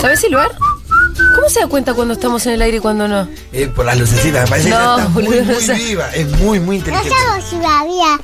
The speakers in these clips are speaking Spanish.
¿Sabes silbar? ¿Cómo se da cuenta cuando estamos en el aire y cuando no? Eh, por las lucecitas, me parece No, que está muy, boludo, muy no sé. viva, es muy, muy No inteligente. somos Shibabia.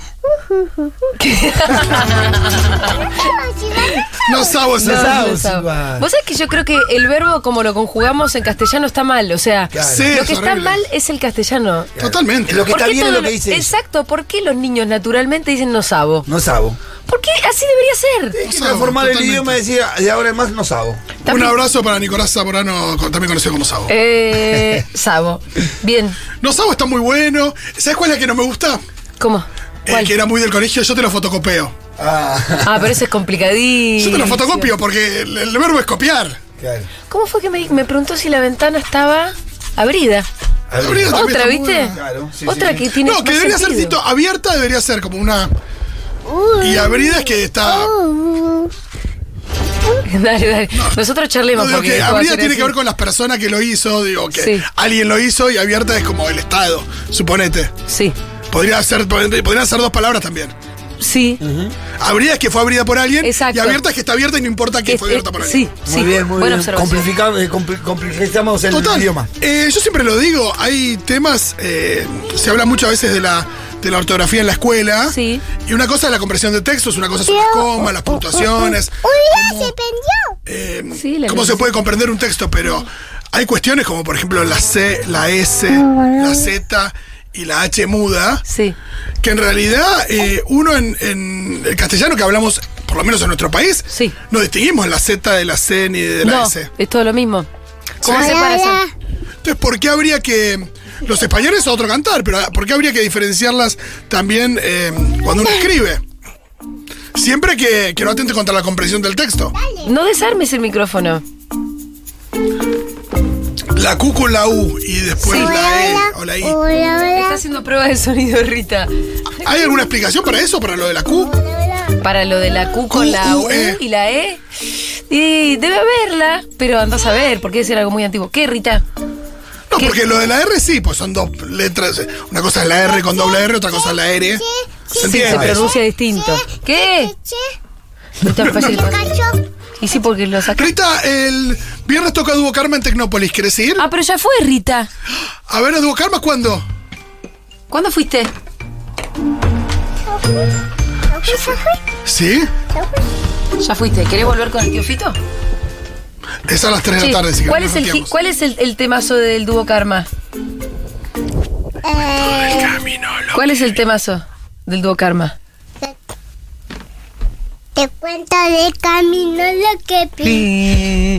No sabos, No no sabo. sabes sabos. silbar. Vos sabés que yo creo que el verbo como lo conjugamos en castellano está mal, o sea, Claro. Sí, lo es que está horrible. mal es el castellano. Totalmente. Lo que ¿Por está qué bien es todo lo que dice. Exacto, ¿por qué los niños naturalmente dicen no sabo? No sabo. ¿Por qué así debería ser? Hay que sabo, transformar el totalmente. idioma y decir, "Ah, de ahora en más no sabo. Un También- abrazo para Nicolás Zamorano, con- también conocido como Sabo. Eh, sabo. Bien, No, Sabo está muy bueno. ¿Sabes cuál es la que no me gusta? ¿cómo? El ¿Cuál? Eh, que era muy del colegio, yo te lo fotocopeo. Ah, Ah, pero ese es complicadísimo. Yo te lo fotocopio porque el, el verbo es copiar. claro. ¿Cómo fue que me, me preguntó si la ventana estaba abrida? A ver, Abrigo también ¿Otra, está muy viste? bueno. Claro, sí, Otra sí, sí. que tiene No, que más debería ser sentido. cito abierta, debería ser como una. Y abrida es que está. Dale, dale. Nosotros charlemos No, digo porque que esto va a abrida ser tiene que así. ver con las personas que lo hizo, digo que Sí. alguien lo hizo y abierta es como el Estado, suponete. Sí, Podría ser, podrían ser dos palabras también. sí. Abrida es que fue abrida por alguien Exacto. y abierta es que está abierta y no importa que Es- fue abierta es- por sí, alguien. sí. Muy bien, muy Buena bien. observación. Complicamos, eh, compli- complicamos el Total, idioma. eh, yo siempre lo digo, hay temas, eh, se habla muchas veces de la, de la ortografía en la escuela. Sí. Y una cosa es la compresión de textos, una cosa son las comas, las puntuaciones, ¡Hola! ¡Se pendió! eh, Sí, la cómo se compresión. puede comprender un texto, pero hay cuestiones como por ejemplo la C, la S, Ah, la Z y la H muda, Sí. que en realidad eh, uno en, en el castellano que hablamos, por lo menos en nuestro país, Sí. no distinguimos la Z de la C ni de la No, S. es todo lo mismo. ¿Cómo Sí. se para eso? Entonces, ¿por qué habría que... Los españoles a otro cantar, pero ¿por qué habría que diferenciarlas también eh, cuando uno escribe? Siempre que, que no atente contra la comprensión del texto. No desarmes el micrófono. La Q con la U y después Sí. la E Hola, o la I. Está hola, haciendo prueba de sonido, Rita. ¿Hay alguna explicación para eso, para lo de la Q? hola. Para lo de la Q con la U Q-U-E. y la E. Y debe haberla, pero andás a ver, porque debe ser algo muy antiguo. ¿Qué, Rita? No, ¿Qué? porque lo de la R sí, pues son dos letras. Una cosa es la R con doble R, otra cosa es la R. Sí, ¿Se se entiende? pronuncia distinto. ¿Qué? Che, No es tan fácil. cacho. Y sí, porque lo saca. Rita, el viernes toca Duo Karma en Tecnópolis, ¿querés ir? Ah, pero ya fue, Rita. A ver, ¿a Duo Karma cuándo? ¿Cuándo fuiste? ¿Sí? Ya fuiste. ¿Querés volver con el tío Fito? Es a las 3 de Che, la tarde, si ¿Cuál es, querés, el, nos gi- ¿Cuál es el, el temazo del dúo Karma? Eh, ¿Cuál es el temazo del dúo Karma? Te cuento de camino lo que vi. Sí,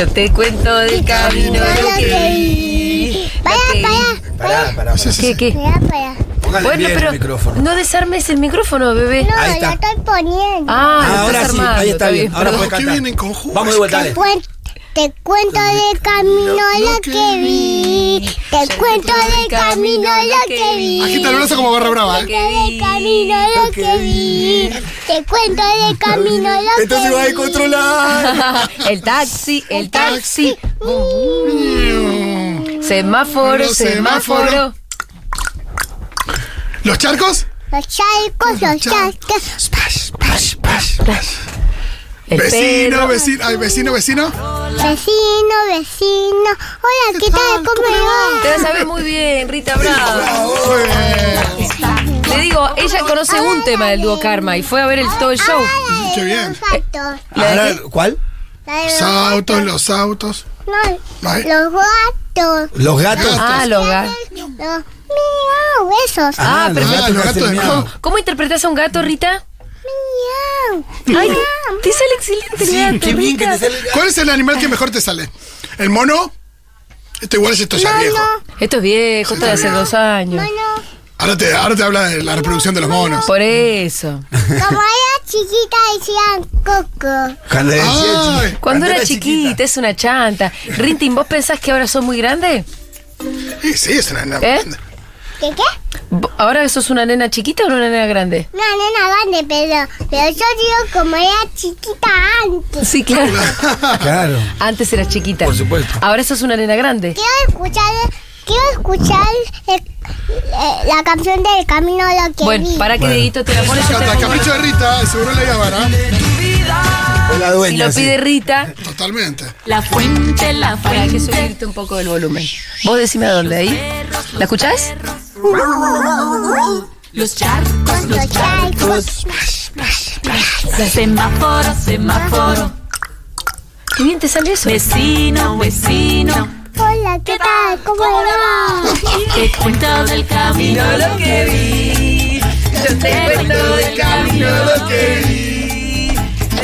Yo te cuento del camino lo que vi. Para, Lo que vi. para, Pará, pará, pará. ¿Qué, qué? para, para. Póngale Bueno, bien el pero micrófono. no desarmes el micrófono, bebé. No, Ahí lo está. estoy poniendo. Ah, lo ahora estás sí, armando, ahí está bien. Ahora perdón. puede ¿Qué cantar. vienen con jugos? Vamos de vuelta, dale. Cuen- Te cuento de camino lo que vi. Te cuento de camino lo que vi. Agita el brazo como barra brava, ¿eh? Te cuento de camino lo que vi. Te cuento de camino lo que vi. Entonces va a descontrolar. el taxi, el taxi. Mm. Semáforo, Los semáforo. semáforos. ¿Los charcos? Los charcos, los charcos. El Vecino, perro. vecino, ay, Vecino, vecino, vecino. vecino. Hola, ¿qué tal? ¿Cómo le Te va? la sabes muy bien, Rita Bravo. Le digo, ella conoce un tema del dúo Karma y fue a ver el todo el show. Ah, la Qué de bien. los gatos. Ahora, ¿Cuál? La de Los los autos, los autos. No, Ay. los gatos. Los gatos. Ah, los gatos. Los miau, esos. Ah, los pero- gatos, Ah, los que hacen gatos de miau. ¿Cómo interpretas a un gato, Rita? Miau. Ay, te sale excelente Sí, el gato, qué bien que Rita. te sale el gato. ¿Cuál es el animal que mejor te sale? ¿El mono? Esto igual es esto ya No, viejo. no, Esto es viejo, esto de hace dos años. no, no. Ahora te, ahora te habla de la reproducción de los monos. Por eso. Como era chiquita decían coco. Cuando era Ay, chiquita. Cuando era chiquita, es una chanta. Rintin, ¿vos pensás que ahora sos muy grande? Y sí, es una. una- ¿Eh? ¿Qué qué? ¿Vo- ¿Ahora sos una nena chiquita o una nena grande? Una nena grande, pero, pero yo digo como era chiquita antes. Sí, claro. Claro. Antes eras chiquita. Por supuesto. Ahora sos una nena grande. Quiero escuchar, quiero escuchar eh, eh, la canción del camino a lo que Bueno, vi. para que Dieguito te la pones. yo te la Canta, pongo. ¿eh? capricho de Rita, seguro la llamará. de tu vida. Fue la Si dueña. lo sí. pide Rita, Totalmente. La fuente, la pará, hay que fuente. subirte un poco el volumen. Vos decime a dónde ahí. ¿La escuchás? Los charcos, los charcos. Semáforo, semáforo. Qué bien te sale eso. Vecino, vecino. Hola, ¿qué tal? ¿Cómo le va? Te cuento del camino lo que vi. Yo te cuento del camino lo que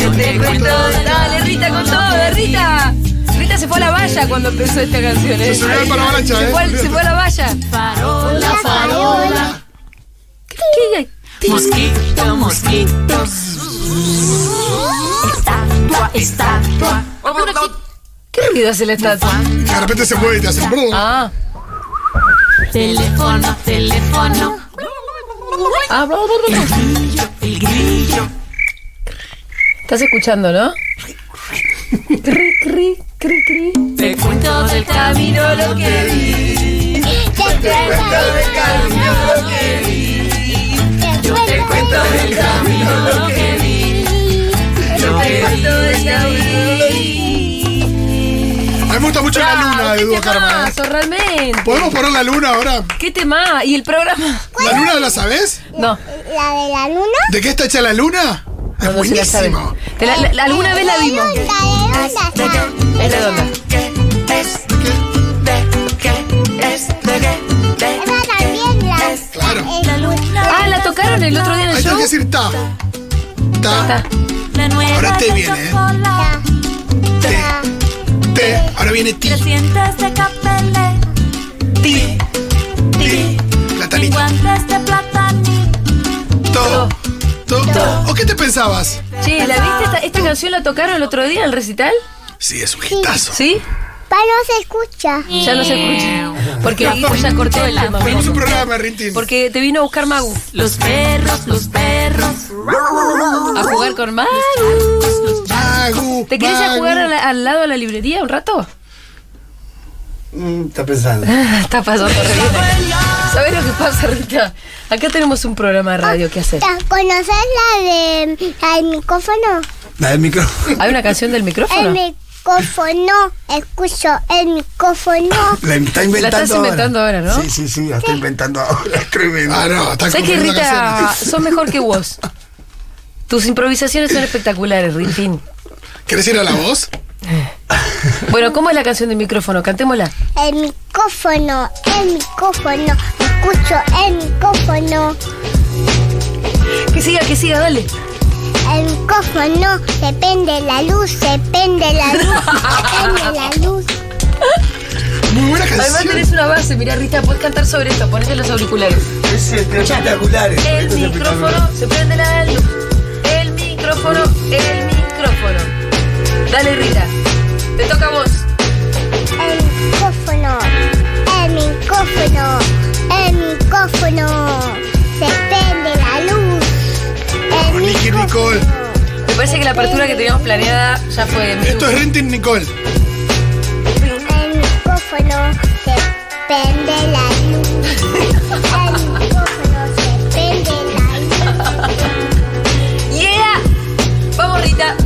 Yo Te cuento, dale Rita con todo, Rita. Rita se fue a la valla cuando empezó esta canción. ¿eh? Se fue para la bacha, Se ¿eh? fue, al- se fue a la valla. Farola, farola. Mosquito, mosquitos. Estatua, estatua. ¿Qué ruido hace la estatua? Y de repente se mueve y te hace. brum. Ah, Teléfono, teléfono. ah, bla, bla, bla, bla. El grillo. Estás escuchando, ¿no? Cri, cri, cri, cri. Te cuento del camino lo que vi. Te cuento del camino lo que vi. Lo que A mí me gusta mucho la luna de Ah, ¿Qué Dúo Karma. ¿eh? temazo, realmente? ¿Podemos poner la luna ahora? ¿Qué tema? ¿Y el programa? ¿La luna la sabes? No, ¿La de la luna? ¿De qué está hecha la luna? no, Es no se la saben. buenísimo. Te la- la- la- ¿Alguna vez la vimos? La de la luna. Es redonda. Esa también la... Claro. La luna. Ah, la tocaron el otro día en el Ahí tengo show. que decir ta. Ta, Está. La nueva Ahora te de viene, ¿eh? chocolate, te, te. Ahora viene ti, Recientes de capelé, ti, ti. en Platanito. guantes de platanito. To, to, ¿O qué te pensabas? Che, ¿la viste? Esta, esta canción la tocaron el otro día en el recital. Sí, es un hitazo. ¿Sí? Pa, no se escucha. Ya no se escucha. Porque Magu ya cortó el tema. Tenemos un programa, Rintin. Porque te vino a buscar Magu. Los perros, los perros, A jugar con Magu. Magu, ¿Te querés ir a Magu. jugar a la- al lado de la librería un rato? Mm, Está pensando. Está pasando re bien. ¿Sabés lo que pasa, Rita? Acá tenemos un programa de radio que hacer. Ta, ¿Conoces la de... la del micrófono? La del micrófono. ¿Hay una canción del El micrófono? micrófono. Escucho el micrófono. La está inventando. estás inventando ahora, ¿no? Sí, sí, sí, la está inventando ahora. Es tremendo. Ah, no, está ¿Sabés que componiendo Rita, canciones. sos mejor que vos? Tus improvisaciones son espectaculares, Ritín. ¿Querés ir a la voz? Bueno, ¿cómo es la canción del micrófono? Cantémosla. El micrófono, el micrófono, escucho el micrófono, Que siga, que siga, dale. el micrófono, se prende la luz, se prende la luz, se prende la luz. Muy buena Además canción. tenés una base, mirá Rita, podés cantar sobre esto, ponete los auriculares. Es espectacular. esto El Este es espectacular. micrófono, se prende la luz. El micrófono, el micrófono. Dale Rita, te toca a vos. El micrófono, el micrófono, el micrófono, se prende la luz. El Vamos, Nicky micrófono. Nicole. Me parece que la apertura que teníamos planeada ya fue... en Esto tu- es Rintin Nicole. El micrófono se prende la luz. El micrófono se prende la luz. ¡Yeah! Vamos Rita.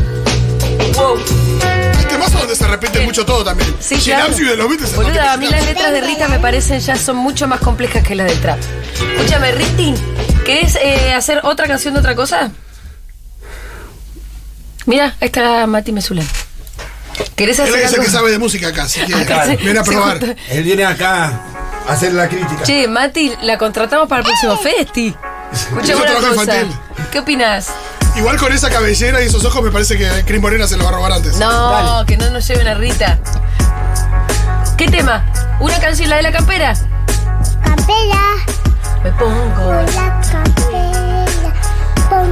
Wow. Este mazo donde se repite mucho todo también. Sí, Synapsis claro. de los Beatles. es lo que Boluda, a mí las necesitamos. letras de Rita me parecen ya son mucho más complejas que las del trap. Escúchame, Ritin, ¿querés eh, hacer otra canción de otra cosa? Mira, ahí está Mati Mesulán. ¿Querés Él hacer es el algo? que sabe de música acá, así que Acá se- ven a se probar. junta. Él viene acá a hacer la crítica. Che, Mati, la contratamos para el próximo festi. Hizo Escuchame una trabajo cosa. infantil. ¿Qué opinás? Igual con esa cabellera y esos ojos me parece que Cris Morena se lo va a robar antes. No, Dale. que no nos lleven a Rita. ¿Qué tema? ¿Una canción, la de la campera? Campera. Me Pongo pongo. la campera, pongo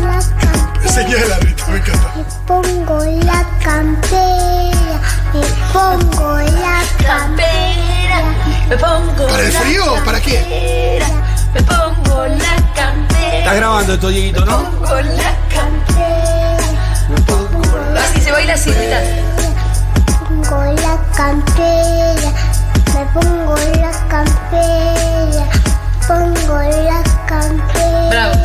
la campera, Señala, Rita, me encanta. me pongo la campera, me pongo la Campera, me pongo. ¿Para el la frío? ¿Para qué? campera, Me pongo la campera. Estás grabando esto, Dieguito, ¿no? Pongo la campera. campera, Así se baila así, Rita. pongo la campera, me pongo la campera, pongo la campera. Bravo.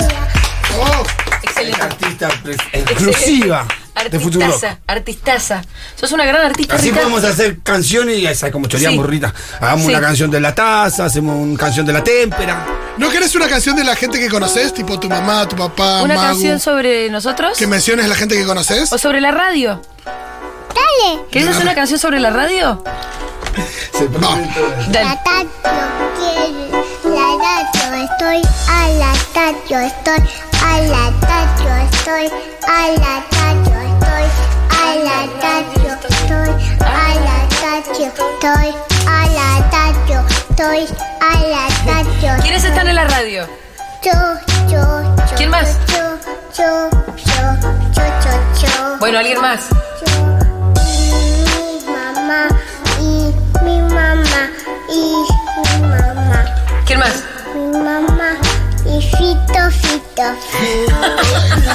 Oh, Excelente. Artista pres- exclusiva de Futurock. Artistaza, artistaza. Sos una gran artista. Así Rita. podemos hacer canciones y esa como choreamos, Sí. Rita. Hagamos Sí. una canción de la taza, hacemos una canción de la témpera. ¿No querés una canción de la gente que conoces? Tipo tu mamá, tu papá, Una Magu, canción sobre nosotros Que menciones la gente que conoces. o sobre la radio. Dale. ¿Querés hacer una canción sobre la radio? Se pone- No. Dale. La tacho quiere, la tacho estoy, a la tacho estoy, a la tacho estoy, a la tacho estoy, a la tacho estoy, a la tacho estoy, a la tacho estoy, a la tacho estoy. ¿Quiénes están en la radio? Yo, yo, yo. ¿Quién más? Yo, yo, yo, yo, yo, yo. Bueno, alguien más. Yo y mi mamá, y mi mamá, y mi mamá, ¿Quién más? mi mamá, y fito, fito,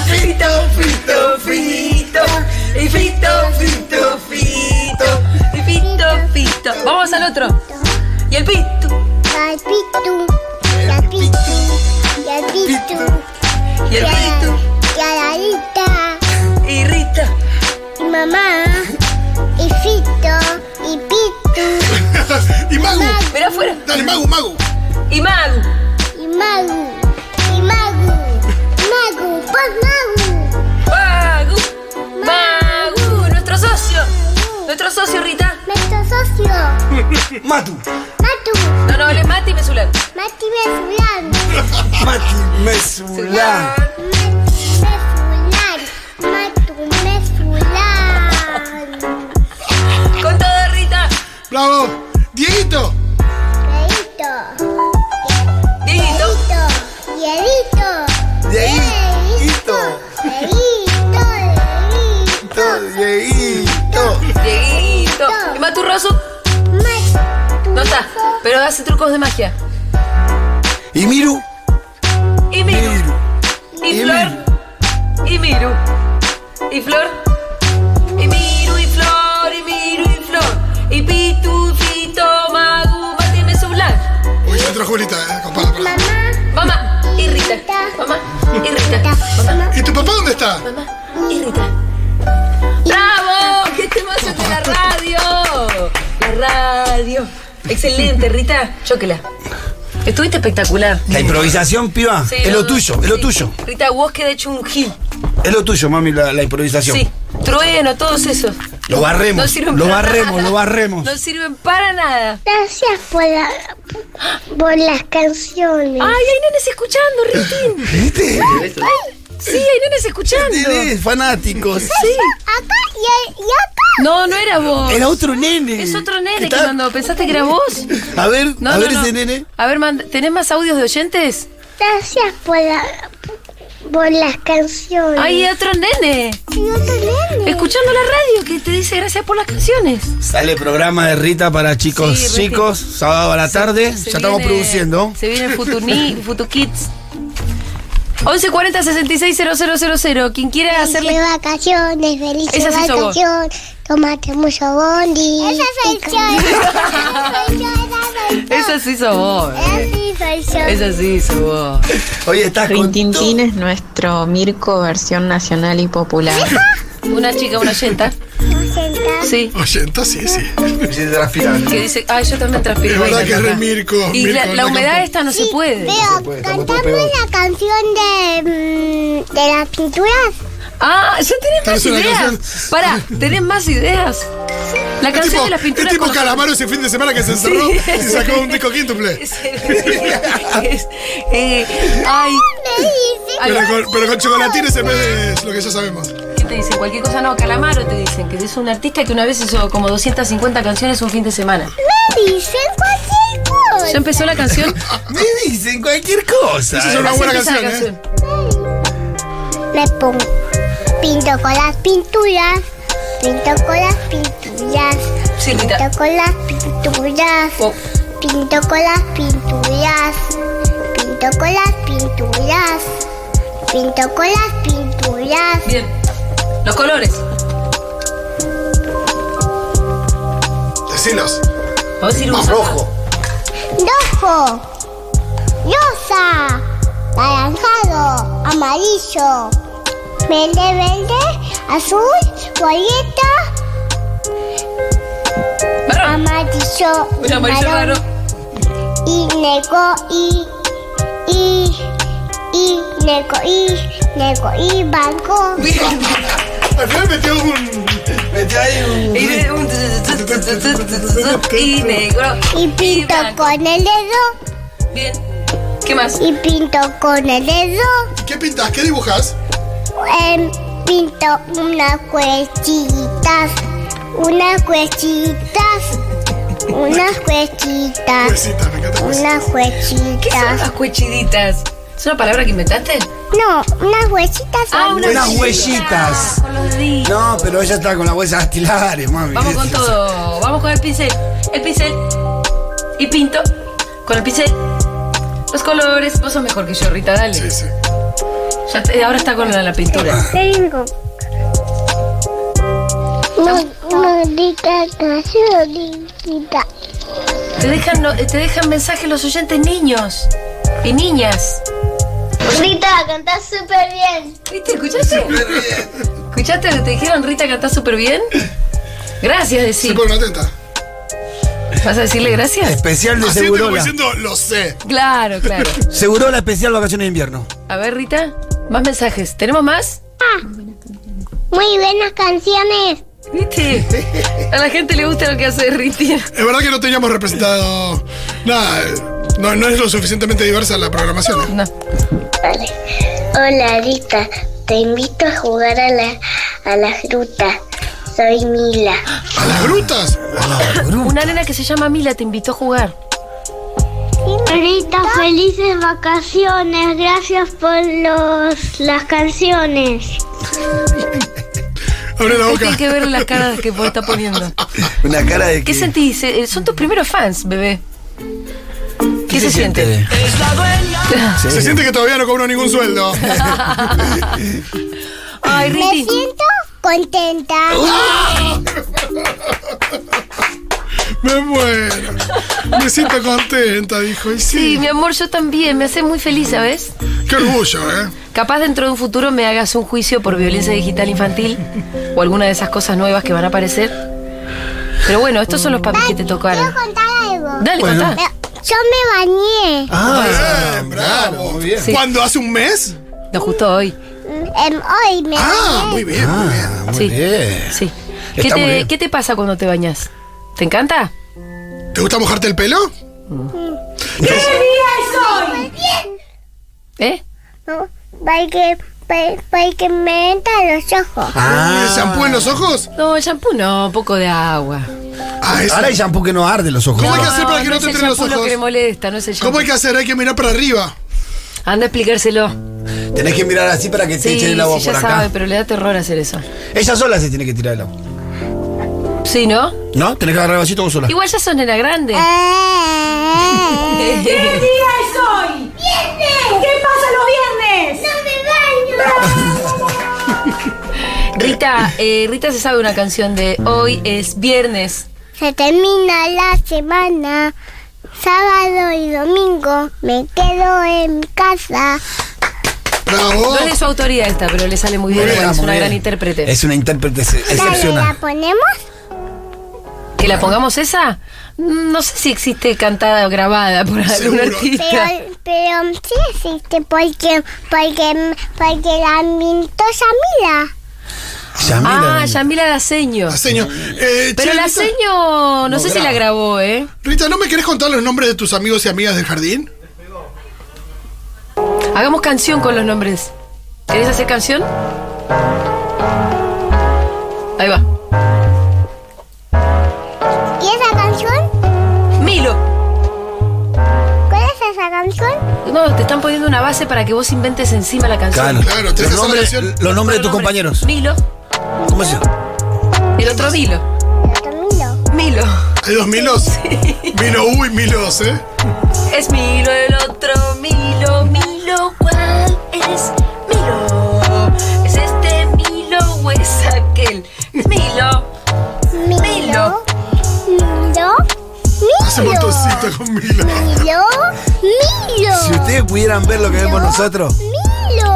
Fito, fito, fito. Y fito, fito, fito. Y fito, fito. Vamos al otro. Y el pito. la pitu, la pitu, la pitu, Y el la, pito. la lalita, Y Rita. y mamá, y fito, y pitu, y Magu. Mirá afuera. Dale, Magu, Magu. Y Magu. y magu, y magu, magu, pues magu. Magu. Magu. Nuestro socio. Nuestro socio, Rita. Nuestro socio, Matu, Matu, No, no, él es Mati Mesulán. Mati Mesulán, Mati Mesulán. Mati Mesulán, Matu Mesulán. Con todo, Rita. Bravo. Dieguito. Dieguito, Dieguito. Dieguito, Dieguito, Dieguito, Dieguito, Dieguito, Dieguito. Dieguito. Y Maturroso. Matu No está. Mesulán, Pero hace trucos de magia. Y Miru. Y Miru. Y Flor. Y Miru. Y Flor. Y Miru y Flor. Y Miru y Flor. Y Pitu, Fito, Magu, Mati Mesulán. Uy, otra Julita, eh, compadre. pará. mamá, Mamá. Y Rita. Mamá. Y Rita. Mamá. ¿Y tu papá dónde está? Mamá y Rita. ¡Bravo! ¡Qué temazo de la radio! La radio. Excelente, Rita. Chóquela. Estuviste espectacular. La improvisación, piba, Sí, es lo no, tuyo, es lo sí. tuyo. Rita, vos quedé hecho un gil. Es lo tuyo, mami, la, la improvisación. Sí. Trueno, todos esos. Lo No barremos, sirven lo para barremos, nada. lo barremos. No sirven para nada. gracias por, la, por las canciones. ¡Ay, hay nenes escuchando, Ritín! ¿Viste? Sí, hay nenes escuchando. Tenés fanáticos. Sí. Acá y, y acá. No, no era vos. Era otro nene. Es otro nene que Está- mandó. ¿Pensaste que era vos? A ver, No, a no, ver no. ese nene. A ver, mand- ¿tenés más audios de oyentes? Gracias por, la- por las canciones. Hay otro nene. Y otro nene. Escuchando la radio que te dice gracias por las canciones. Sale programa de Rita para chicos Sí, Rita. chicos, sábado a la tarde. Se ya estamos viene- produciendo. Se viene Futuni, Futukids. 1140-660000. Quien quiera Felices hacerle. vacaciones, felices Esa sí sos vos. vacaciones. Tomate mucho bondi. Esa soy yo. Esa sí sos vos. eh. Esa soy yo. Esa sí sos vos. Oye, estás con Rintintín es nuestro Mirko versión nacional y popular. Una chica, una oyenta. Sí. Oyenta, sí, sí. Que dice, ay, yo también transpiro. Es verdad bailando que es re acá". Mirko, Y Mirko la, en la la humedad campana. esta no se puede. Pero cantame la canción de, mm, de las pinturas. Ah, ya tenés más Tenés una ideas. canción. Pará, tenés más ideas. La Es canción tipo, de las es pinturas. tipo con- Calamaro ese fin de semana que se encerró y sacó un disco quíntuple. Es- es- eh, ay, Me dice ay, Pero con, pero con chocolatines en vez de lo que ya sabemos. ¿Qué te dicen? Cualquier cosa no, Calamaro te dicen, que es un artista que una vez hizo como 250 canciones un fin de semana. me dicen cualquier cosa. Ya empezó la canción. Me dicen cualquier cosa. Esa es Ah, una así buena empieza canción, la ¿eh? Me pongo. Pinto con las pinturas. Pinto con las pinturas. ¿eh? Sí, Rita. Pinto con las pinturas. Oh, Pinto con las pinturas. Pinto con las pinturas. Pinto con las pinturas. bien. Los colores. Decilos. Vamos a decir un Rojo. Rojo. Rosa. Naranjado. Amarillo. Verde, verde, azul, violeta, Marrón. amarillo, Uy, amarillo raro. y negro, y, y, y, negro, y, negro, y banco. Al final metió un. Mete ahí un- Y de un tsu, tsu, tsu, tsu, tsu, tsu, tsu, y negro. Y pinto blanco. con el dedo, Bien. ¿Qué más? y pinto con el dedo. ¿Qué pintas? ¿Qué dibujas? Em, pinto unas cuestitas, unas cuestitas, unas cuestitas, Huesitas, me encanta huesitas. unas ¿Qué son las cuestitas. cuechiditas? ¿Es una palabra que inventaste? Ah, No, unas huesitas. son- una- Unas huellitas. Con los deditos. No, pero ella está con las huellas astilares, mami. Vamos con todo. Vamos con el pincel. El pincel. Y pinto. Con el pincel. Los colores. Vos sos mejor que yo, Rita, dale. Sí, sí. Ya te- ahora está con la, la pintura. Tengo. No, no diga cancionita. Te dejan, no- te dejan mensajes los oyentes niños y niñas. Rita, cantás súper bien. ¿Viste? ¿Escuchaste? ¿Escuchaste lo que te dijeron, Rita, que estás súper bien? Gracias, Se decir. pone atenta. ¿Vas a decirle gracias? Especial de Así te voy Segurola. diciendo, lo sé. Claro, claro. Segurola especial vacaciones de invierno. A ver, Rita, más mensajes. ¿Tenemos más? Muy buenas canciones. ¿Viste? A la gente le gusta lo que hace Rita. Es verdad que no teníamos representado. Nada. eh, No, no es lo suficientemente diversa la programación. ¿eh? No. Vale. Hola Rita, te invito a jugar a la, a la fruta. Soy Mila. A las grutas. Mm. Una nena que se llama Mila te invitó a jugar. Rita, felices vacaciones. Gracias por los, las canciones. Abre la Hay boca. que ver las caras que vos estás poniendo. Una cara de ¿Qué sentís? Eh, Son tus primeros fans, bebé. ¿Qué se siente? Se siente que todavía no cobró ningún sueldo. Ay, Riti. siento contenta. Me muero. Me siento contenta, dijo. Y Sí, sí. mi amor, yo también. Me hace muy feliz, ¿sabes? Qué orgullo, ¿eh? Capaz dentro de un futuro me hagas un juicio por violencia digital infantil o alguna de esas cosas nuevas que van a aparecer. Pero bueno, estos son los papis que te tocaron. contar algo. Dale, Bueno. contá. Yo me bañé. Ah, Bien, bravo. muy bien. Sí. ¿Cuándo? ¿Hace un mes? No, justo hoy. Em, hoy me Ah, muy bien, muy bien. Ah, muy Sí. bien. Sí. ¿Qué Está muy te, bien. ¿Qué te pasa cuando te bañas? ¿Te encanta? ¿Te gusta mojarte el pelo? ¿Eh? No, Porque, pa- porque me entran los ojos. Ah. ¿El shampoo en los ojos? No, shampoo no, un poco de agua. Ah, eso. Ahora hay shampoo que no arde los ojos. ¿Cómo hay que hacer para que no es te el entren los shampoo lo ojos? que le molesta, no es el shampoo. ¿Cómo hay que hacer? Hay que mirar para arriba. Anda a explicárselo. Tenés que mirar así para que te Sí, echen sí, el agua por ya acá. sabe, pero le da terror hacer eso. Ella sola se tiene que tirar el agua. Sí, ¿no? ¿No? Tenés que agarrar el vasito vos sola. Igual ya son nena grande. ¿Qué día es hoy? ¿Qué pasa los viernes? Rita, eh, Rita se sabe una canción de hoy es viernes. Se termina la semana. Sábado y domingo me quedo en mi casa. Bravo. No es de su autoría esta, pero le sale muy bien. Muy bien, igual, es muy una bien. gran intérprete. Es una intérprete ex- Dale, ¿la excepcional. ponemos? ¿Que la pongamos esa? Mm, No sé si existe cantada o grabada por algún Seguro. artista. Pero, pero sí existe porque, porque, porque la inventó Yamila. Yamila. Ah, Yamila Daseño. La seño. Eh, Pero che, la Rita, seño, no, No sé si graba. la grabó, ¿eh? Rita, ¿no me querés contar los nombres de tus amigos y amigas del jardín? Hagamos canción con los nombres. ¿Querés hacer canción? Ahí va. ¿Y esa canción? Milo. ¿Cuál es esa canción? No, te están poniendo una base para que vos inventes encima la canción. Claro. Claro, te los haces la nombres, canción. los nombres de Con los tus compañeros. Milo. ¿Cómo se llama? El otro Milo. Camilo. Milo. ¿Hay dos Milos? Milo U y Milo 2, ¿eh? Es Milo el otro Milo. Milo, ¿cuál es Milo? ¿Es este Milo o es aquel? Es Milo. Milo. Milo. Milo. Hace Milo. montoncito con Milo. Milo. Milo. Si ustedes pudieran ver lo que vemos nosotros. Milo.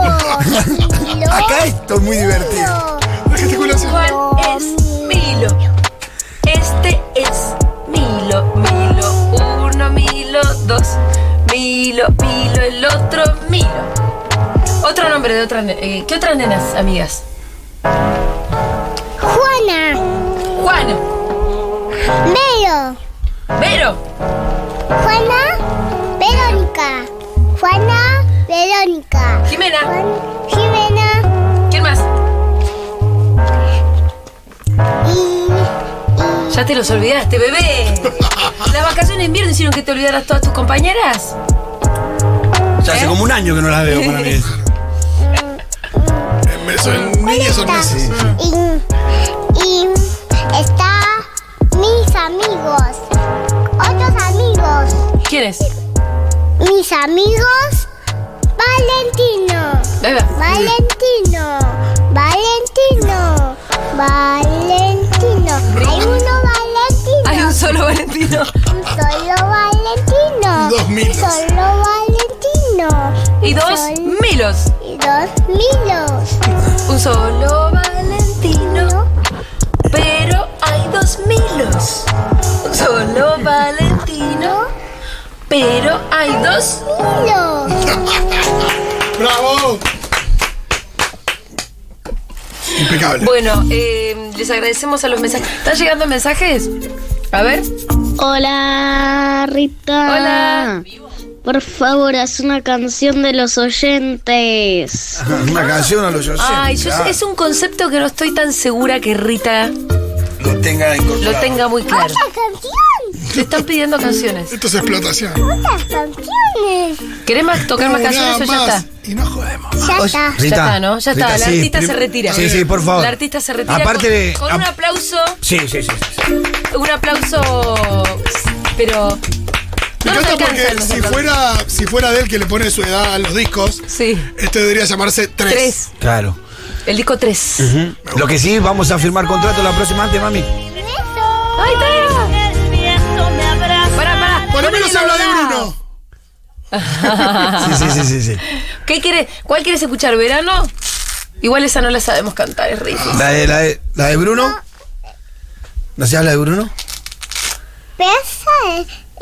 Lo- Acá esto es muy divertido. Gesticulación. ¿Cuál es Milo? Este es Milo, Milo uno, Milo dos, Milo, Milo el otro, Milo. Otro nombre de otra. ne- eh, ¿Qué otras nenas, amigas? Juana, Juana, Vero, Vero, Juana, Verónica, Juana, Verónica, Jimena. Juan, Jimena ¿Quién más? y, y Ya te los olvidaste, bebé. ¿Las vacaciones de invierno hicieron que te olvidaras todas tus compañeras? Ya ¿Eh? hace como un año que no las veo para mí. Me- Son niñas, son está, meses. y, y está mis amigos, otros amigos, ¿Quién es? mis amigos, Valentino. Ahí va. Valentino, Valentino, Valentino. Hay uno Valentino, Hay un solo Valentino. un solo Valentino, Dos un milos. solo Valentino Y dos Milos. y dos milos. Un solo Valentino. Pero hay dos Milos. Un solo Valentino. Pero hay dos. Milos. ¡Bravo! Impecable. Bueno, eh, les agradecemos a los mensajes. ¿Están llegando mensajes? A ver. Hola, Rita. Hola. Por favor, haz una canción de los oyentes. Una canción a los oyentes. Ay, yo, ah, es un concepto que no estoy tan segura que Rita Lo tenga incorporado. lo tenga muy claro. Otra canción, Te están pidiendo canciones. Esto es explotación. otras canciones. ¿Querés más tocar más No, nada canciones o ya más. está? Y no jodemos. Ya Oye, está. Ya está, ¿no? Ya está, Rita, la sí, artista se prim- retira. Sí, sí, por favor. La artista se retira Aparte con, de. con un ap- aplauso, Sí, sí, sí. sí, sí. un aplauso, pero Me no nos encanta alcanzan porque los si aplausos. fuera, si fuera de él que le pone su edad a los discos, Sí, este debería llamarse 3. tres, Claro. el disco tres. Ujú. Lo que sí, vamos a firmar contrato la próxima antes, mami. ¡Ay, está! Ah, Pará, pará. Por lo menos ponele habla de Lola. Bruno. Sí, sí, sí, sí. sí. ¿Qué quieres? ¿Cuál quieres escuchar? ¿Verano? Igual esa no la sabemos cantar, es rico. La de, la de, la de Bruno. ¿No se habla de Bruno? Pero esa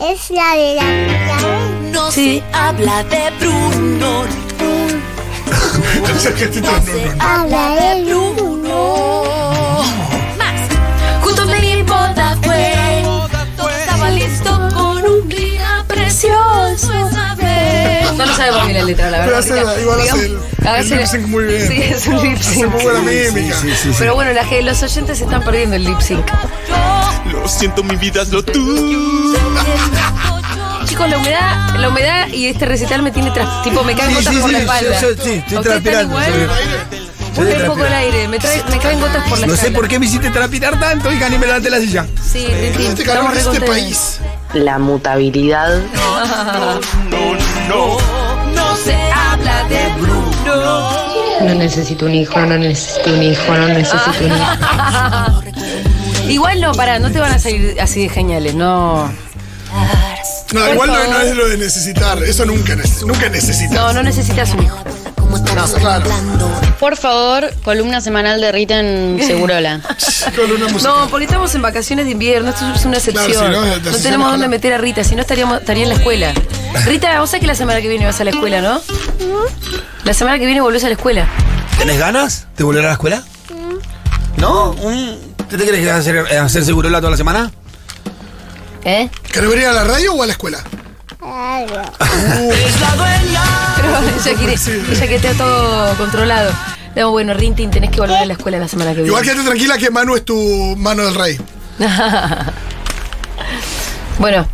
es, es la de la la- No Sí. se habla de Bruno, Entonces, que este no tono, se no, no. habla de Bruno. Más, Juntos mi boda fue. todo estaba listo con un día precioso esa vez. No lo sabemos bien la letra, la Pero verdad. hace- Rita. igual hace Digamos, el- a ver el si- lip sync muy bien. Sí, es un lip Hace muy sync. buena mímica. Pero bueno, la, los oyentes se están perdiendo el lip sync. Lo siento, mi vida es lo tuyo. Chicos, la humedad, la humedad y este recital me tiene tras, tipo me caen gotas por la espalda. yo- yo- sí, estoy ¿Ustedes transpirando. están soy- igual? soy Ponle un poco el transpirante. aire, me, trae- me caen gotas por la No sé espalda. por qué me hiciste transpirar tanto, hija, ni me levanté la silla. Sí, Ritín, Este estamos calor de este recontentos. país. La mutabilidad. No, no. No se habla de Bruno. No necesito un hijo, no necesito un hijo, no necesito un hijo. Igual no, pará, no te van a salir así de geniales, no. No, Por igual no, favor. no es lo de necesitar. Eso nunca, neces- nunca necesitas. No, no necesitas un hijo. claro. Por favor, columna semanal de Rita en Segurola. Con una música. No, porque estamos en vacaciones de invierno, esto es una excepción. Claro, si no, no, la sesión tenemos ojalá. dónde meter a Rita, si no estaríamos, estaría en la escuela. Rita, vos sabés que la semana que viene vas a la escuela, ¿no? La semana que viene volvés a la escuela. ¿Tenés ganas de volver a la escuela? Mm. ¿No? ¿Un- ¿Qué te querés hacer, eh, hacer seguro la toda la semana? ¿Eh? ¿Querés venir a la radio o a la escuela? Uh, Claro. Pero ella quiere, ella que está todo controlado. No, bueno, Rintin, tenés que volver a la escuela la semana que viene. Igual quédate tranquila que Manu es tu mano del rey. bueno,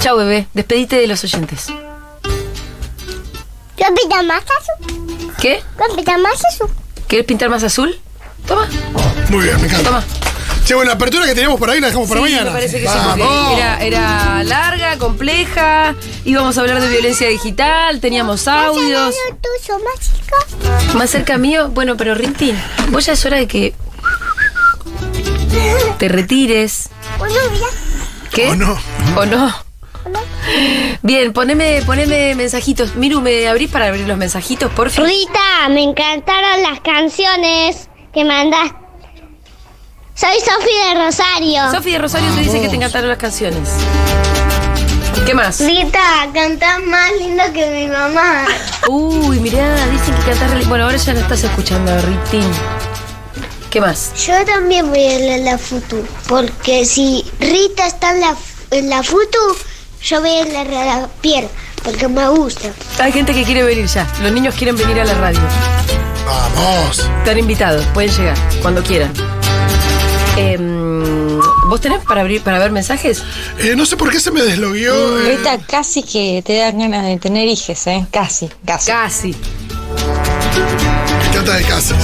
chao bebé, despedite de los oyentes. Yo pita más azul. ¿Qué? Yo pita más azul. ¿Quieres pintar más azul? Toma, Muy bien, me encanta. toma. Che, bueno, la apertura que teníamos por ahí la dejamos para Sí, mañana. me parece que sí, porque Vamos. era, era larga, compleja, íbamos a hablar de violencia digital, teníamos audios. Yo tuyo mágico. Más cerca mío, bueno, pero Rintin, vos ya es hora de que te retires. Uno mira. ¿Qué? O no. ¿O no? Bien, poneme, poneme mensajitos. Miru, ¿me abrís para abrir los mensajitos, por favor? Rita, me encantaron las canciones que mandaste. Soy Sofi de Rosario. Sofi de Rosario te dice que te encantaron las canciones. ¿Qué más? Rita, cantás más lindo que mi mamá. Uy, mirá, dicen que cantás re- Bueno, ahora ya no estás escuchando, Ritín. ¿Qué más? Yo también voy a ir a la FUTU, porque si Rita está en la, en la FUTU, yo voy a ir a la, la piel, porque me gusta. Hay gente que quiere venir ya. Los niños quieren venir a la radio. Vamos. Están invitados, pueden llegar cuando quieran. Em, ¿Vos tenés para abrir para ver mensajes? Eh, no sé por qué se me Mm, deslogueó. eh, Rita, casi que te dan ganas de tener hijes, ¿eh? Casi, casi. Casi. me encanta de casa.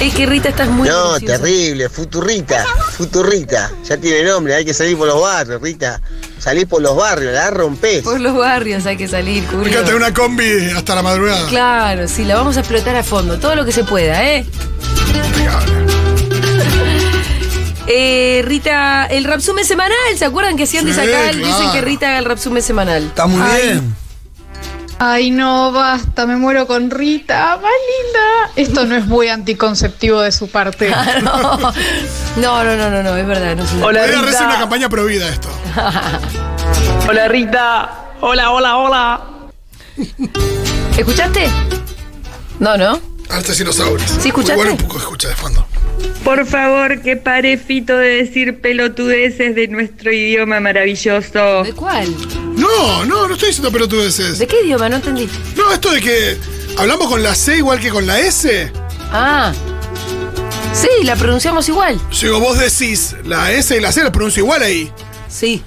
Es que Rita estás muy. No, deliciosa. terrible, futurrita, futurrita. Ya tiene nombre, hay que salir por los barrios, Rita. Salís por los barrios, la rompés. Por los barrios hay que salir, Me Julio. encanta una combi hasta la madrugada. Claro, sí, la vamos a explotar a fondo, todo lo que se pueda, ¿eh? Impecable. Eh, Rita, el rapsume semanal, ¿se acuerdan que si antes Sí, acá claro. dicen que Rita haga el rapsume semanal? Está muy bien. Ay, no, basta, me muero con Rita, más linda. Esto no es muy anticonceptivo de su parte. Ah, No, no, no, no, no, no, es verdad, no es una- Voy a rezar una campaña provida esto. Hola, Rita. Hola, hola, hola. ¿Escuchaste? No, no. Artes dinosaurios. ¿Sí escuchaste? Igual un poco escucha de fondo. Por favor, que pare Fito de decir pelotudeces de nuestro idioma maravilloso. ¿De cuál? No, no, no estoy diciendo pelotudeces. ¿De qué idioma? No entendí. No, esto de que hablamos con la C igual que con la S. Ah. Sí, la pronunciamos igual. Yo digo, vos decís la S y la C, la pronuncio igual ahí. Sí.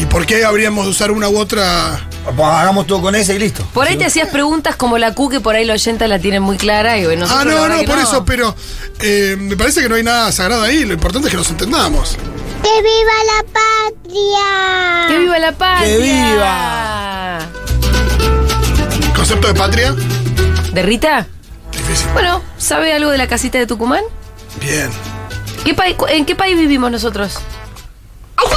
¿Y por qué habríamos de usar una u otra? Pues hagamos todo con ese y listo. Por ahí te hacías preguntas como la Q, que por ahí la oyenta la tienen muy clara y bueno. ah, nosotros la no, verdad no, que por eso, pero eh, me parece que no hay nada sagrado ahí. Lo importante es que nos entendamos. ¡Que viva la patria! ¡Que viva la patria! ¡Que viva! Concepto de patria, ¿De Rita? difícil. Bueno, ¿sabe algo de la casita de Tucumán? Bien. ¿Qué país- cu- ¿En qué país vivimos nosotros? ¡Vamos!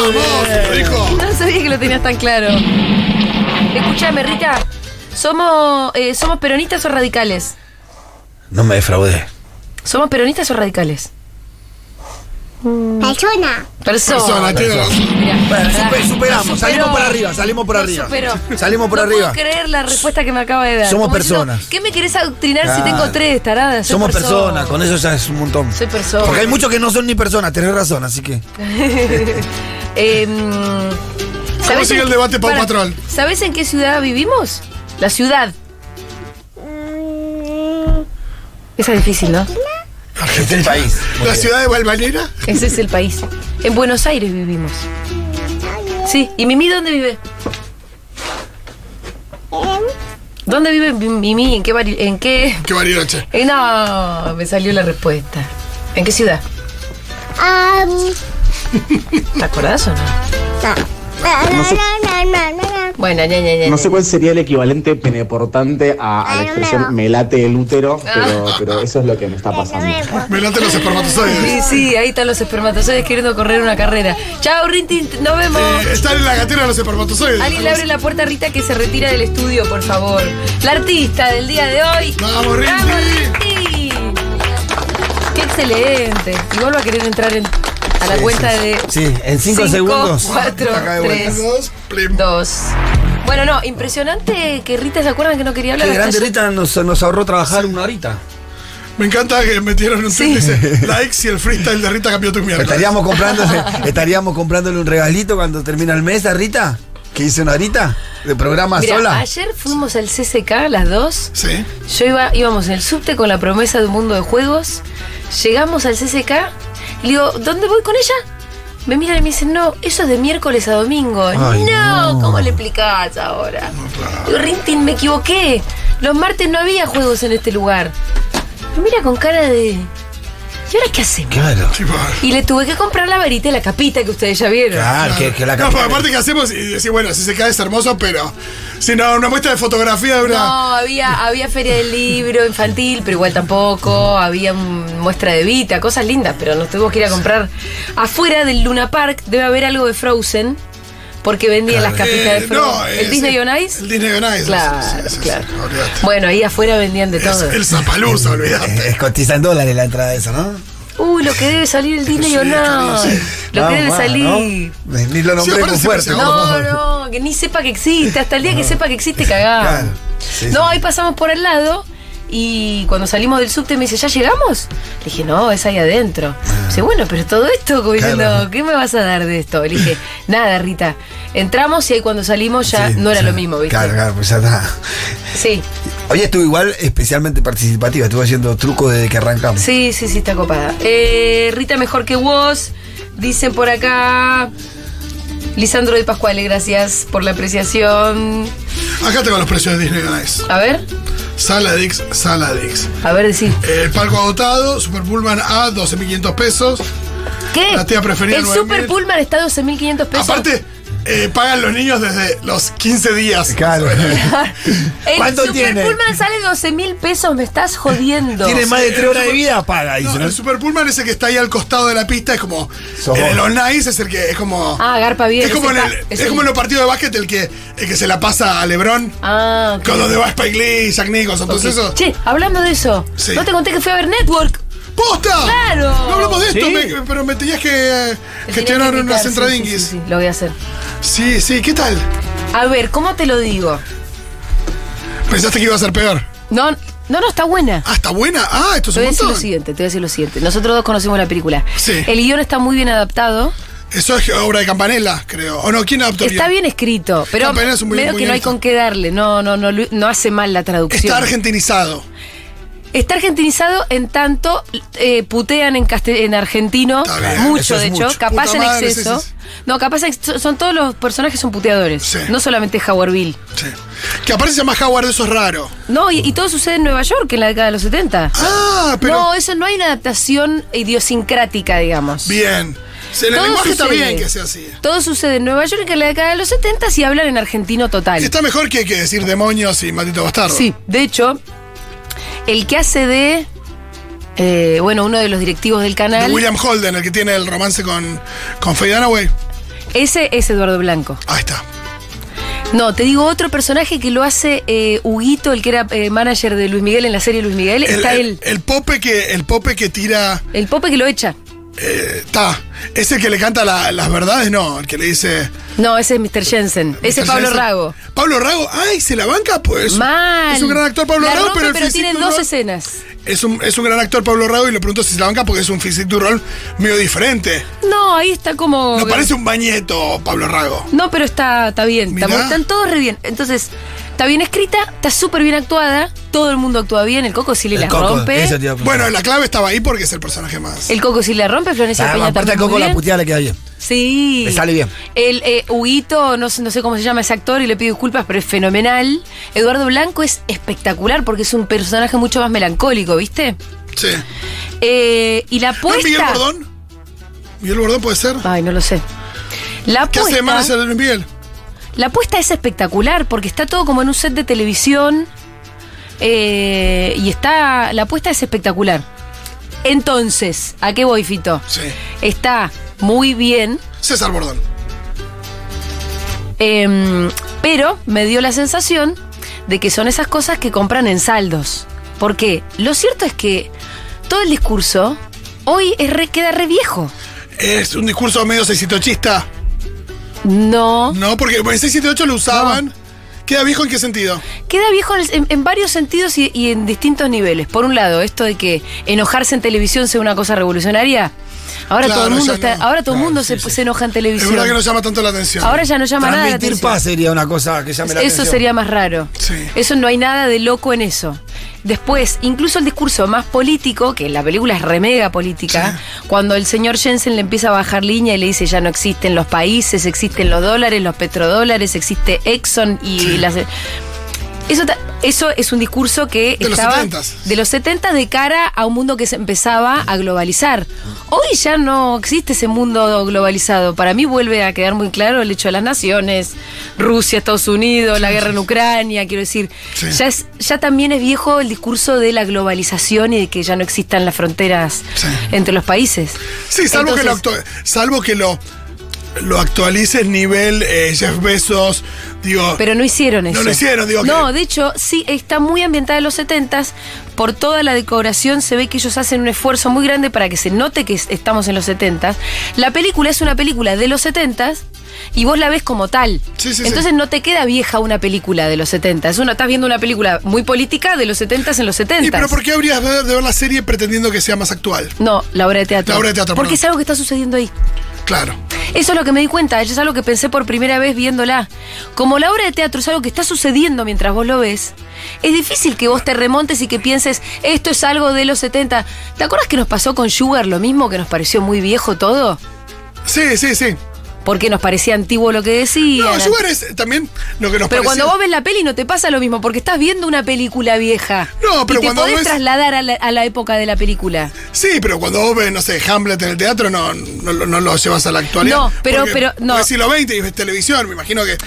lo dijo. No sabía que lo tenías tan claro. Escúchame, Rita. ¿Somos, eh, ¿Somos peronistas o radicales? No me defraudé. ¿Somos peronistas o radicales? Persona. Persona. Persona, tiene razón. Mirá, Bueno, pará. super- superamos, salimos Superó. por arriba, salimos por No arriba. superó. Salimos por No arriba. puedo creer la respuesta que me acaba de dar. Somos Como diciendo, personas. ¿Qué me querés adoctrinar si Claro. tengo tres, tarada? Soy Somos persona. personas, con eso ya es un montón. Soy persona. Porque hay muchos que no son ni personas, tenés razón, así que. Eh, mm, ¿Cómo sigue en- el debate, Pau pará, Patrón? ¿Sabés en qué ciudad vivimos? La ciudad. Esa es difícil, ¿no? Argentina. país. ¿La ciudad de Valvanera? Ese es el país. En Buenos Aires vivimos. Sí, ¿y Mimi dónde vive? ¿Dónde vive Mimi? ¿En qué barrio? ¿En qué? Qué variedad, Eh, no, me salió la respuesta. ¿En qué ciudad? Am, ¿Te acordás o no? no. No, no, no, no, no, no. Bueno, ya, ya, ya. No sé cuál sería el equivalente peneportante a, a la expresión me late el útero, pero, pero eso es lo que me está pasando. Me late los espermatozoides. Ah, Sí, sí, ahí están los espermatozoides queriendo correr una carrera. Chao, Rintin, nos vemos. Eh, están en la gatera los espermatozoides. Alguien le abre la puerta a Rita que se retira del estudio, por favor. La artista del día de hoy. ¡Vamos, Rinti! Rinti! ¡Qué excelente! Y vuelvo a querer entrar en- a la Sí, cuenta sí, de. sí. Sí, en cinco segundos. cuatro, Acá de vuelta. tres, Dos, plim. dos. Bueno, no, impresionante que Rita se acuerdan que no quería Qué hablar. hasta grande ayer? Rita nos, nos ahorró trabajar una horita. Me encanta que metieron un tweet Sí. que dice likes y el freestyle de Rita cambió tu mierda. Estaríamos comprándole, estaríamos comprándole un regalito cuando termina el mes a Rita, que hice una horita de programa Mira, sola. ayer fuimos al CCK las dos. Sí. Yo iba, íbamos en el subte con la promesa de un mundo de juegos. Llegamos al CCK y le digo, ¿dónde voy con ella? Me miran y me dicen, no, eso es de miércoles a domingo. Ay, no, no. ¿cómo le explicás ahora? Digo, Rintin, me equivoqué. Los martes no había juegos en este lugar. Me mira con cara de. ¿Y ahora qué hacemos? Claro. Tipo, Y le tuve que comprar la varita y la capita que ustedes ya vieron. Claro, que, que la no, porque aparte que hacemos y decir, bueno, si se cae es hermoso, pero. Si no, una muestra de fotografía de una. No, había, había feria del libro infantil, pero igual tampoco. Había mm, muestra de Vita, cosas lindas, pero nos tuvimos que ir a comprar. Afuera del Luna Park debe haber algo de Frozen. Porque vendían las capitas de Eh, Frodo. no, ¿El eh, Disney sí. on Ice? El Disney on Ice, Claro, sí, sí, sí, claro. sí, olvídate. Bueno, ahí afuera vendían de todo. el zapaluza, olvídate. Eh, cotiza en dólares la entrada de eso, ¿no? Uy, Uh, lo que debe salir el Disney on Ice. Lo que Vamos, debe va, salir. Ah, ¿no? Ni lo nombré muy fuerte. No, no, que ni sepa que existe. Hasta el día que sepa que existe, cagá. Claro, sí, No, ahí pasamos por al lado y cuando salimos del subte me dice, ¿ya llegamos? Le dije, no, es ahí adentro. Dice, bueno, pero todo esto, como diciendo, Ah. Claro. ¿qué me vas a dar de esto? Le dije, nada, Rita. Entramos y ahí cuando salimos ya no era lo mismo, ¿viste? Claro, claro, pues ya está. Sí, Oye, estuvo igual especialmente participativa, estuvo haciendo trucos desde que arrancamos. sí, sí, sí, está copada. Eh, Rita mejor que vos, dicen por acá. Lisandro de Pascuales, gracias por la apreciación. Acá tengo los precios de Disney on Ice. A ver. Saladix, Saladix. A ver, decí. Eh, El palco agotado, Super Pullman A, 12.500 pesos. ¿Qué? La tía preferida, El 9.000. Super Pullman está a 12.500 pesos. Aparte, eh, pagan los niños desde los 15 días. Claro. El ¿Cuánto Super tiene? Pullman sale 12 mil pesos, me estás jodiendo. Tiene más de 3 horas de vida, paga. No, dice, ¿no? el Super Pullman ese que está ahí al costado de la pista es como. Sos en el vos. On Ice es el que es como. Ah, garpa bien. es como, en ese el- está- es ese- como en los partidos de básquet el que, el que se la pasa a Lebron. Ah, ok. Con donde va Spike Lee, Jack Nicholson, Ok. entonces eso. Che, hablando de eso, Sí. no te conté que fui a ver Network. ¡Posta! ¡Claro! No hablamos de esto, Sí. me- pero me tenías que eh, Te gestionar tenía que invitar, unas sí, entradinguis. sí, sí, sí, lo voy a hacer. Sí, sí, ¿qué tal? A ver, ¿cómo te lo digo? Pensaste que iba a ser peor. No, no, no, está buena. Ah, está buena. Ah, esto es Te voy un a decir montón. lo siguiente, te voy a decir lo siguiente. Nosotros dos conocemos la película. Sí. El guión está muy bien adaptado. Eso es obra de Campanella, creo. O no, ¿quién adaptó el Está guión? bien escrito, pero Campanella es un buen medio que no hay guionista. con qué darle. No, no, no, Lu- no hace mal la traducción. Está argentinizado. Está argentinizado en tanto eh, putean en, castel- en argentino, Está bien, mucho eso es de hecho, mucho. capaz Puta en madre, exceso. sí, sí, No, capaz en ex- son todos los personajes son puteadores, Sí. no solamente Howard Bill. Sí. Que aparece se llama Howard, eso es raro. No, y, y todo sucede en Nueva York en la década de los 70. Ah, pero. No, eso no hay una adaptación idiosincrática, digamos. Bien. Sí, En el Todo lenguaje está sucede. bien que sea así. Todo sucede en Nueva York en la década de los 70 y hablan en argentino total. Está mejor que, que decir demonios y maldito bastardo. Sí, de hecho, el que hace de eh, bueno, uno de los directivos del De canal, William Holden, el que tiene el romance con, con Faye Dunaway. ese es Eduardo Blanco. Ahí está. No, te digo otro personaje que lo hace eh, Huguito, el que era eh, manager de Luis Miguel en la serie Luis Miguel. El, está el- él. el pope que, el pope que tira. El pope que lo echa. eh, Está. es el que le canta la- las verdades, no. El que le dice. No, ese es Mr. Jensen. Ese es Mr. Pablo Jensen. Rago. Pablo Rago, ay, se la banca, pues. Mal. Es un gran actor Pablo La Rago, rompe, pero el tiene físico dos no- escenas. Es un, es un gran actor Pablo Rago y le pregunto si se la banca porque es un physique du rol medio diferente. No, ahí está como. No parece un bañeto Pablo Rago. No, pero está, está bien. Mirá. Estamos- están todos re bien. Entonces, está bien escrita, está súper bien actuada. Todo el mundo actúa bien. El Coco sí le El la Coco, rompe. eso te iba a preguntar. Bueno, la clave estaba ahí porque es el personaje más. El Coco sí le rompe. Florencia Ah, Peña aparte al también muy Coco la bien. puteada le queda bien. Sí. Le sale bien. El eh, Huguito, no sé, no sé cómo se llama ese actor y le pido disculpas, pero es fenomenal. Eduardo Blanco es espectacular porque es un personaje mucho más melancólico, ¿viste? Sí. Eh, y la ¿No es Miguel apuesta. Bordón? ¿Miguel Bordón puede ser? Ay, no lo sé. La ¿Qué hace de manager apuesta, de Luis Miguel? la apuesta es espectacular porque está todo como en un set de televisión. eh, y está. La apuesta es espectacular. Entonces, ¿a qué voy, Fito? Sí. Está muy bien. César Bordón. Em, pero me dio la sensación de que son esas cosas que compran en saldos. Porque lo cierto es que todo el discurso hoy es re- queda re viejo. Es un discurso medio seisitochista. No. No, porque en 678 lo usaban. ¿Queda viejo en qué sentido? Queda viejo en, en- en varios sentidos y, y en distintos niveles. Por un lado, esto de que enojarse en televisión sea una cosa revolucionaria. Ahora Claro, todo el mundo, ya no. está, ahora todo el Claro, mundo sí, se, sí. se enoja en Es televisión. verdad que no llama tanto la atención. ahora ya no llama nada la Transmitir atención. paz sería una cosa que llame la Eso atención. sería más raro. Sí. Eso no hay nada de loco en eso. Después, incluso el discurso más político, que en la película es remega política, cuando el señor Jensen le empieza a bajar línea y le dice ya no existen los países, existen los dólares, los petrodólares, existe Exxon y las... Eso, ta- eso es un discurso que De los estaba 70s. de los 70 de cara a un mundo que se empezaba a globalizar. Hoy ya no existe ese mundo globalizado. Para mí vuelve a quedar muy claro el hecho de las naciones, Rusia, Estados Unidos, la guerra en Ucrania, quiero decir, Sí. ya es ya también es viejo el discurso de la globalización y de que ya no existan las fronteras Sí. entre los países. Sí, salvo Entonces, que lo actu- salvo que lo lo actualices nivel eh, Jeff Bezos, digo... Pero no hicieron No eso. lo hicieron, digo, No, de hecho, sí, está muy ambientada en los 70s. Por toda la decoración se ve que ellos hacen un esfuerzo muy grande para que se note que es- estamos en los 70s. La película es una película de los 70s y vos la ves como tal. sí, Entonces no te queda vieja una película de los 70s. Uno, estás viendo una película muy política de los 70s en los 70s. ¿Y pero por qué habrías de ver, de ver la serie pretendiendo que sea más actual? No, la obra de teatro. La obra de teatro, Porque perdón. es algo que está sucediendo ahí. Claro. Eso es lo que me di cuenta, es algo que pensé por primera vez viéndola. Como la obra de teatro es algo que está sucediendo mientras vos lo ves, es difícil que vos te remontes y que pienses, esto es algo de los 70. ¿Te acuerdas que nos pasó con Sugar lo mismo, que nos pareció muy viejo todo? Sí, sí, sí. Porque nos parecía antiguo lo que decían. No, Sugar es también lo que nos Pero parecía- cuando vos ves la peli no te pasa lo mismo, porque estás viendo una película vieja. No, pero y te cuando podés ves- trasladar a la, a la época de la película. Sí, pero cuando vos ves, no sé, Hamlet en el teatro, no, no, lo- no lo llevas a la actualidad. No, pero- Porque pero- no. Es siglo XX y ves televisión, me imagino que.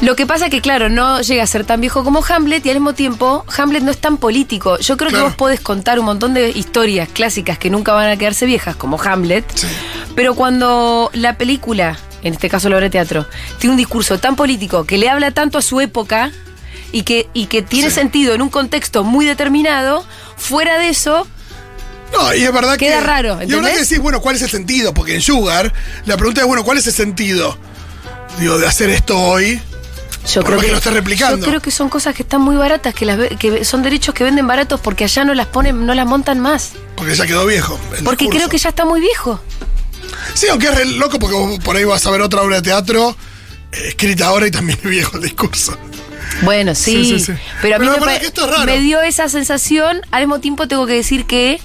Lo que pasa que, claro, no llega a ser tan viejo como Hamlet y al mismo tiempo Hamlet no es tan político. Yo creo Claro. que vos podés contar un montón de historias clásicas que nunca van a quedarse viejas, como Hamlet, pero cuando la película, en este caso la obra de teatro, tiene un discurso tan político que le habla tanto a su época y que, y que tiene sentido en un contexto muy determinado, fuera de eso... No, y es verdad que. Queda raro, Y es verdad ¿entendés? que decís, bueno, ¿cuál es el sentido? Porque en Sugar, la pregunta es, bueno, ¿cuál es el sentido? Digo, de hacer esto hoy. Yo creo, que, que, lo estás replicando. yo creo que son cosas que están muy baratas, que, las, ve- que son derechos que venden baratos porque allá no las ponen, no las montan más. Porque ya quedó viejo. el Porque discurso. creo que ya está muy viejo. Sí, aunque es re loco porque vos por ahí vas a ver otra obra de teatro eh, escrita ahora y también es viejo el discurso. Bueno, sí. Sí, sí, sí. Pero a mí Pero me, pará, pare- que esto es raro. me dio esa sensación. Al mismo tiempo tengo que decir que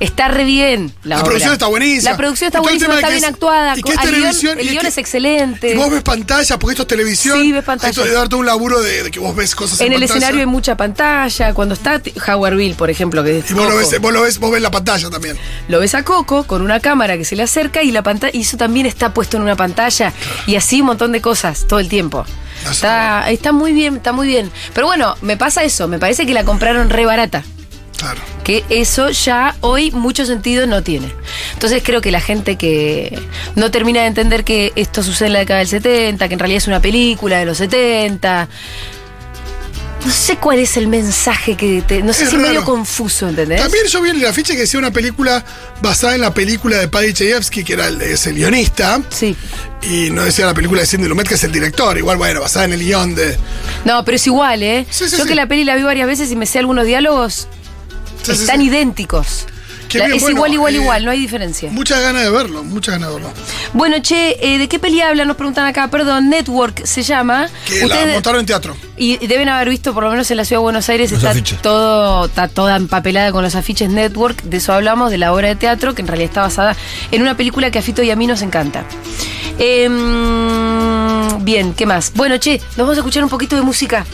está re bien la, La obra. producción está buenísima. La producción está Y todo el buenísima, tema está de que bien es- actuada. y que es al guión- televisión y el es guión que- es excelente. Y vos ves pantallas, porque esto es televisión. Sí, ves pantallas. Esto de darte un laburo de, de que vos ves cosas en, en el pantalla. escenario hay mucha pantalla. Cuando está t- Howard Bill, por ejemplo, que es Y vos lo, Coco, ves, vos, lo ves, vos ves la pantalla también. lo ves a Coco con una cámara que se le acerca y la pantalla y eso también está puesto en una pantalla y así un montón de cosas todo el tiempo. Está, está muy bien, está muy bien. Pero bueno, me pasa eso, me parece que la compraron re barata. Claro. que eso ya hoy mucho sentido no tiene. Entonces creo que la gente que no termina de entender que esto sucede en la década del 70, que en realidad es una película de los 70, no sé cuál es el mensaje que te... No sé Es si es medio raro. confuso, ¿entendés? También yo vi en el afiche que decía una película basada en la película de Paddy Chayefsky, que era el, es el guionista. Sí. Y no decía la película de Cindy Lumet, que es el director. Igual, bueno, basada en el guión de. No, pero es igual, ¿eh? sí, Yo sí. que la peli la vi varias veces y me sé algunos diálogos, Sí, sí, están sí. idénticos. Qué La- bien, es bueno, igual, igual, eh, igual, no hay diferencia. Muchas ganas de verlo, muchas ganas de verlo. Bueno, che, eh, ¿de qué peli hablan? Nos preguntan acá, perdón, Network se llama. Que la Ustedes- montaron en teatro. Y deben haber visto, por lo menos en la ciudad de Buenos Aires, Los está, afiches. todo, está toda empapelada con los afiches Network. De eso hablamos, de la obra de teatro, que en realidad está basada en una película que a Fito y a mí nos encanta. Em, bien, ¿qué más? Bueno, che, nos vamos a escuchar un poquito de música.